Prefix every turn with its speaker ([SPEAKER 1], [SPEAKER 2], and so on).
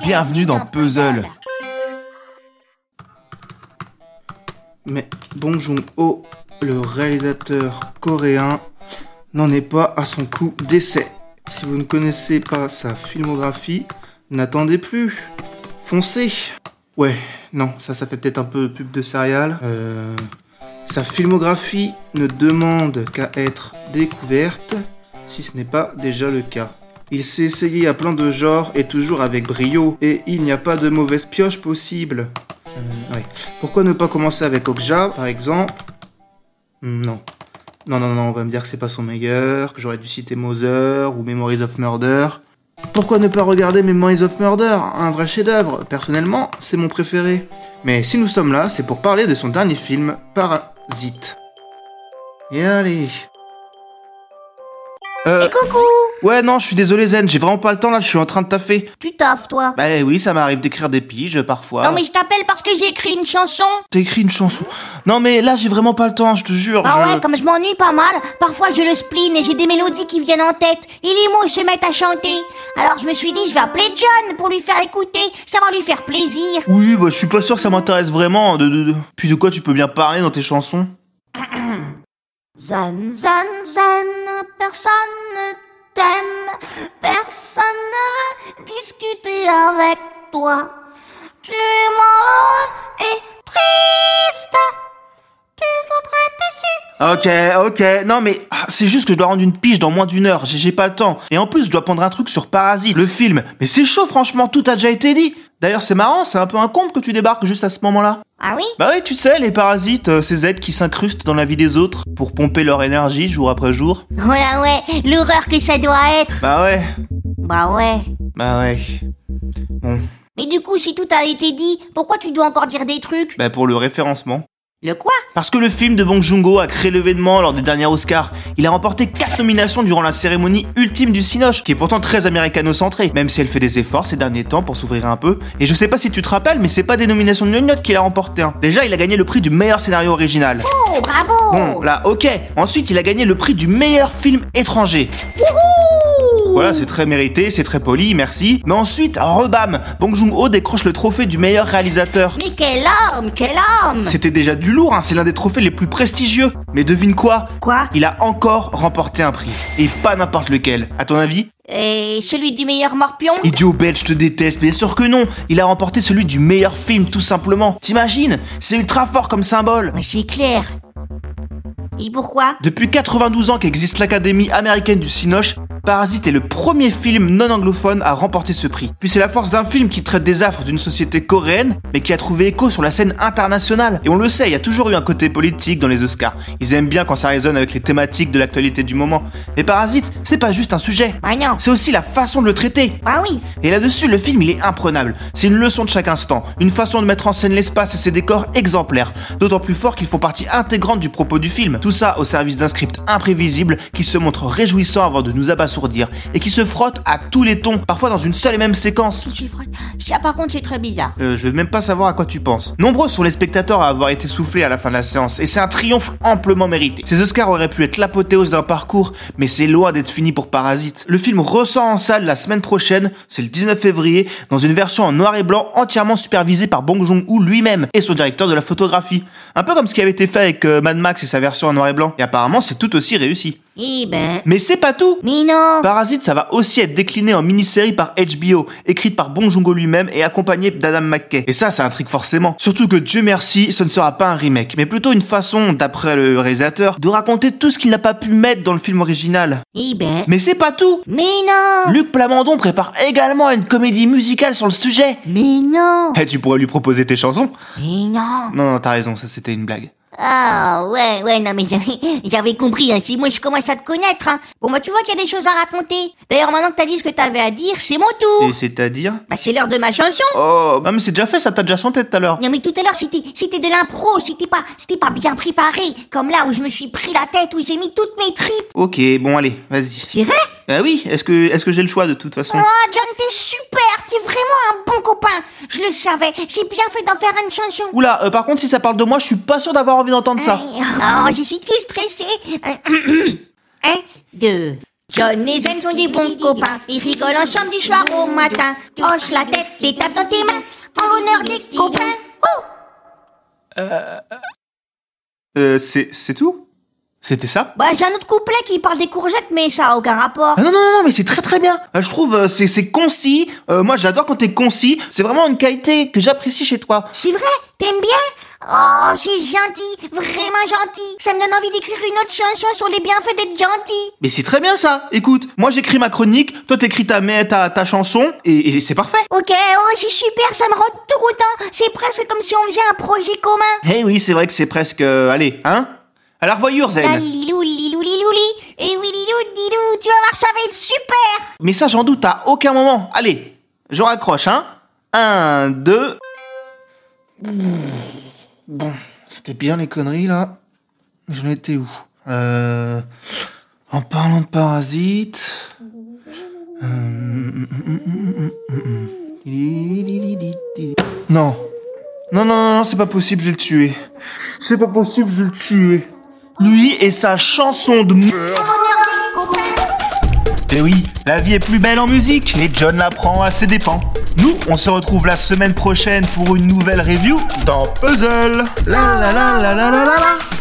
[SPEAKER 1] Bienvenue dans Puzzle.
[SPEAKER 2] Mais Bong Joon-ho, le réalisateur coréen, n'en est pas à son coup d'essai. Si vous ne connaissez pas sa filmographie, n'attendez plus. Foncez Ouais, non, ça, ça fait peut-être un peu pub de céréales. Euh, Sa filmographie ne demande qu'à être découverte, si ce n'est pas déjà le cas. Il s'est essayé à plein de genres et toujours avec brio, et il n'y a pas de mauvaise pioche possible. Euh, ouais. Pourquoi ne pas commencer avec Okja, par exemple Hmm, Non. Non, non, non, on va me dire que c'est pas son meilleur, que j'aurais dû citer Mother ou Memories of Murder. Pourquoi ne pas regarder Memories of Murder Un vrai chef-d'œuvre. Personnellement, c'est mon préféré. Mais si nous sommes là, c'est pour parler de son dernier film, Parasite. Et allez. Euh,
[SPEAKER 1] Coucou
[SPEAKER 2] ouais, non, je suis désolé, Zen, j'ai vraiment pas le temps là, je suis en train de taffer.
[SPEAKER 1] Tu taffes, toi
[SPEAKER 2] Bah oui, ça m'arrive d'écrire des piges euh, parfois.
[SPEAKER 1] Non mais je t'appelle parce que j'ai écrit une chanson
[SPEAKER 2] T'as écrit une chanson. Non, mais là, j'ai vraiment pas le temps, hein, je te jure.
[SPEAKER 1] Ah
[SPEAKER 2] je-
[SPEAKER 1] ouais, comme je m'ennuie pas mal, parfois je le spleen et j'ai des mélodies qui viennent en tête et les mots se mettent à chanter. Alors je me suis dit, je vais appeler John pour lui faire écouter, ça va lui faire plaisir.
[SPEAKER 2] Oui, bah, je suis pas sûr que ça m'intéresse vraiment. De, de- de- Puis de quoi tu peux bien parler dans tes chansons
[SPEAKER 1] Zan, zan, zan, personne ne t'aime, personne ne discuter avec toi. Tu es malheureux et triste, tu voudrais te suicider.
[SPEAKER 2] Ok, ok. Non, mais ah, c'est juste que je dois rendre une pige dans moins d'une heure. J'ai- J'ai pas le temps. Et en plus, je dois prendre un truc sur Parasite, le film. Mais c'est chaud, franchement. Tout a déjà été dit. D'ailleurs, c'est marrant, c'est un peu un comble que tu débarques juste à ce moment-là.
[SPEAKER 1] Ah oui
[SPEAKER 2] Bah oui, tu sais, les parasites, euh, ces êtres qui s'incrustent dans la vie des autres pour pomper leur énergie jour après jour.
[SPEAKER 1] Voilà Oh ouais, l'horreur que ça doit être.
[SPEAKER 2] Bah ouais,
[SPEAKER 1] Bah ouais.
[SPEAKER 2] bah ouais. Bon,
[SPEAKER 1] Mais du coup, si tout a été dit, pourquoi tu dois encore dire des trucs
[SPEAKER 2] bah pour le référencement.
[SPEAKER 1] Le quoi
[SPEAKER 2] Parce que le film de Bong Joon-ho a créé l'événement lors des derniers Oscars. Il a remporté 4 nominations durant la cérémonie ultime du Cinoche, qui est pourtant très américano-centrée, même si elle fait des efforts ces derniers temps pour s'ouvrir un peu. Et je sais pas si tu te rappelles, mais c'est pas des nominations de gnognottes qu'il a remporté. hein. Déjà, il a gagné le prix du meilleur scénario original.
[SPEAKER 1] Oh, bravo
[SPEAKER 2] Bon, là, ok. Ensuite, il a gagné le prix du meilleur film étranger.
[SPEAKER 1] Wouhou
[SPEAKER 2] bah, Voilà, c'est très mérité, c'est très poli, merci. Mais ensuite, rebam, Bong Joon-ho décroche le trophée du meilleur réalisateur.
[SPEAKER 1] Mais quel homme, quel homme
[SPEAKER 2] C'était déjà du lourd, hein, c'est l'un des trophées les plus prestigieux. Mais devine quoi
[SPEAKER 1] Quoi
[SPEAKER 2] Il a encore remporté un prix. Et pas n'importe lequel. À ton avis
[SPEAKER 1] Et Euh, celui du meilleur morpion
[SPEAKER 2] Idiot belge, je te déteste. Bien sûr que non. Il a remporté celui du meilleur film, tout simplement. T'imagines C'est ultra fort comme symbole.
[SPEAKER 1] Ouais, C'est clair. Et pourquoi
[SPEAKER 2] Depuis 92 ans qu'existe l'Académie américaine du Cinoche, Parasite est le premier film non anglophone à remporter ce prix. Puis c'est la force d'un film qui traite des affres d'une société coréenne, mais qui a trouvé écho sur la scène internationale. Et on le sait, il y a toujours eu un côté politique dans les Oscars. Ils aiment bien quand ça résonne avec les thématiques de l'actualité du moment. Mais Parasite, c'est pas juste un sujet.
[SPEAKER 1] Bah non.
[SPEAKER 2] C'est aussi la façon de le traiter.
[SPEAKER 1] Bah oui.
[SPEAKER 2] Et là-dessus, le film, il est imprenable. C'est une leçon de chaque instant, une façon de mettre en scène l'espace et ses décors exemplaires. D'autant plus fort qu'ils font partie intégrante du propos du film. Tout ça au service d'un script imprévisible qui se montre réjouissant avant de nous abasourdir et qui se frotte à tous les tons, parfois dans une seule et même séquence.
[SPEAKER 1] Je suis froid. Ça, par contre, c'est très bizarre.
[SPEAKER 2] Euh, je veux même pas savoir à quoi tu penses. Nombreux sont les spectateurs à avoir été soufflés à la fin de la séance, et c'est un triomphe amplement mérité. Ces Oscars auraient pu être l'apothéose d'un parcours, mais c'est loin d'être fini pour Parasite. Le film ressort en salle la semaine prochaine, c'est le 19 février, dans une version en noir et blanc entièrement supervisée par Bong Joon-ho lui-même et son directeur de la photographie. Un peu comme ce qui avait été fait avec euh, Mad Max et sa version en noir et blanc. Et apparemment, c'est tout aussi réussi.
[SPEAKER 1] Eh ben.
[SPEAKER 2] Mais c'est pas tout
[SPEAKER 1] Mais non
[SPEAKER 2] Parasite, ça va aussi être décliné en mini-série par HBO, écrite par Bong Joon-ho lui-même et accompagnée d'Adam McKay. Et ça, ça intrigue forcément. Surtout que Dieu merci, ce ne sera pas un remake, mais plutôt une façon, d'après le réalisateur, de raconter tout ce qu'il n'a pas pu mettre dans le film original.
[SPEAKER 1] Eh ben.
[SPEAKER 2] Mais c'est pas tout
[SPEAKER 1] Mais non
[SPEAKER 2] Luc Plamondon prépare également une comédie musicale sur le sujet
[SPEAKER 1] Mais non
[SPEAKER 2] Eh, tu pourrais lui proposer tes chansons
[SPEAKER 1] Mais non
[SPEAKER 2] Non, non, t'as raison, ça c'était une blague.
[SPEAKER 1] Ah ouais, ouais, non mais j'avais, j'avais compris, hein. si moi je commence à te connaître, hein. bon bah tu vois qu'il y a des choses à raconter. D'ailleurs maintenant que t'as dit ce que t'avais à dire, c'est mon
[SPEAKER 2] Et
[SPEAKER 1] tour.
[SPEAKER 2] c'est-à-dire
[SPEAKER 1] Bah c'est l'heure de ma chanson.
[SPEAKER 2] Oh, ah mais c'est déjà fait, ça t'as déjà chanté tout à l'heure.
[SPEAKER 1] Non mais tout à l'heure c'était, c'était de l'impro, c'était pas, c'était pas bien préparé, comme là où je me suis pris la tête, où j'ai mis toutes mes tripes.
[SPEAKER 2] Ok, bon allez, vas-y.
[SPEAKER 1] C'est vrai
[SPEAKER 2] Bah oui, est-ce que, est-ce que j'ai le choix de toute façon
[SPEAKER 1] Oh John t'es super, t'es vraiment un bon copain. Je le savais, j'ai bien fait d'en faire une chanson.
[SPEAKER 2] Oula, euh, par contre, si ça parle de moi, je suis pas sûr d'avoir envie d'entendre ça.
[SPEAKER 1] Oh, je suis tout stressé. Un, deux, John et Zen sont des bons copains, ils rigolent ensemble du soir au matin. Hoche la tête et tape dans tes mains, en l'honneur des copains. Oh
[SPEAKER 2] Euh, c'est, c'est tout C'était ça
[SPEAKER 1] bah, j'ai un autre couplet qui parle des courgettes, mais ça a aucun rapport.
[SPEAKER 2] ah non, non, non, non, mais c'est très très bien. Euh, je trouve, euh, c'est, c'est concis. Euh, moi, j'adore quand t'es concis. C'est vraiment une qualité que j'apprécie chez toi.
[SPEAKER 1] C'est vrai T'aimes bien Oh, c'est gentil, vraiment gentil. Ça me donne envie d'écrire une autre chanson sur les bienfaits d'être gentil.
[SPEAKER 2] Mais c'est très bien ça. Écoute, moi j'écris ma chronique, toi t'écris ta, ma- ta, ta chanson, et, et c'est parfait.
[SPEAKER 1] Ok, oh, c'est super, ça me rend tout content. C'est presque comme si on faisait un projet commun.
[SPEAKER 2] Eh oui, c'est vrai que c'est presque... euh, allez, hein À la revoyure, Zen.
[SPEAKER 1] Ah, Lilou, lilou, lilou, li. Et oui, lilou, dilou, tu vas voir, ça va être super.
[SPEAKER 2] Mais ça, j'en doute à aucun moment. Allez, je raccroche, hein. Un, deux. Bon, c'était bien les conneries, là. J'en étais où Euh. En parlant de parasites. euh, Non. Non, non, non, non, c'est pas possible, je vais le tuer. C'est pas possible, je vais le tuer. Lui et sa chanson de merde.
[SPEAKER 1] En l'honneur des copains.
[SPEAKER 2] Eh oui, la vie est plus belle en musique et John l'apprend à ses dépens. Nous, on se retrouve la semaine prochaine pour une nouvelle review dans Puzzle. La la la la la la la la.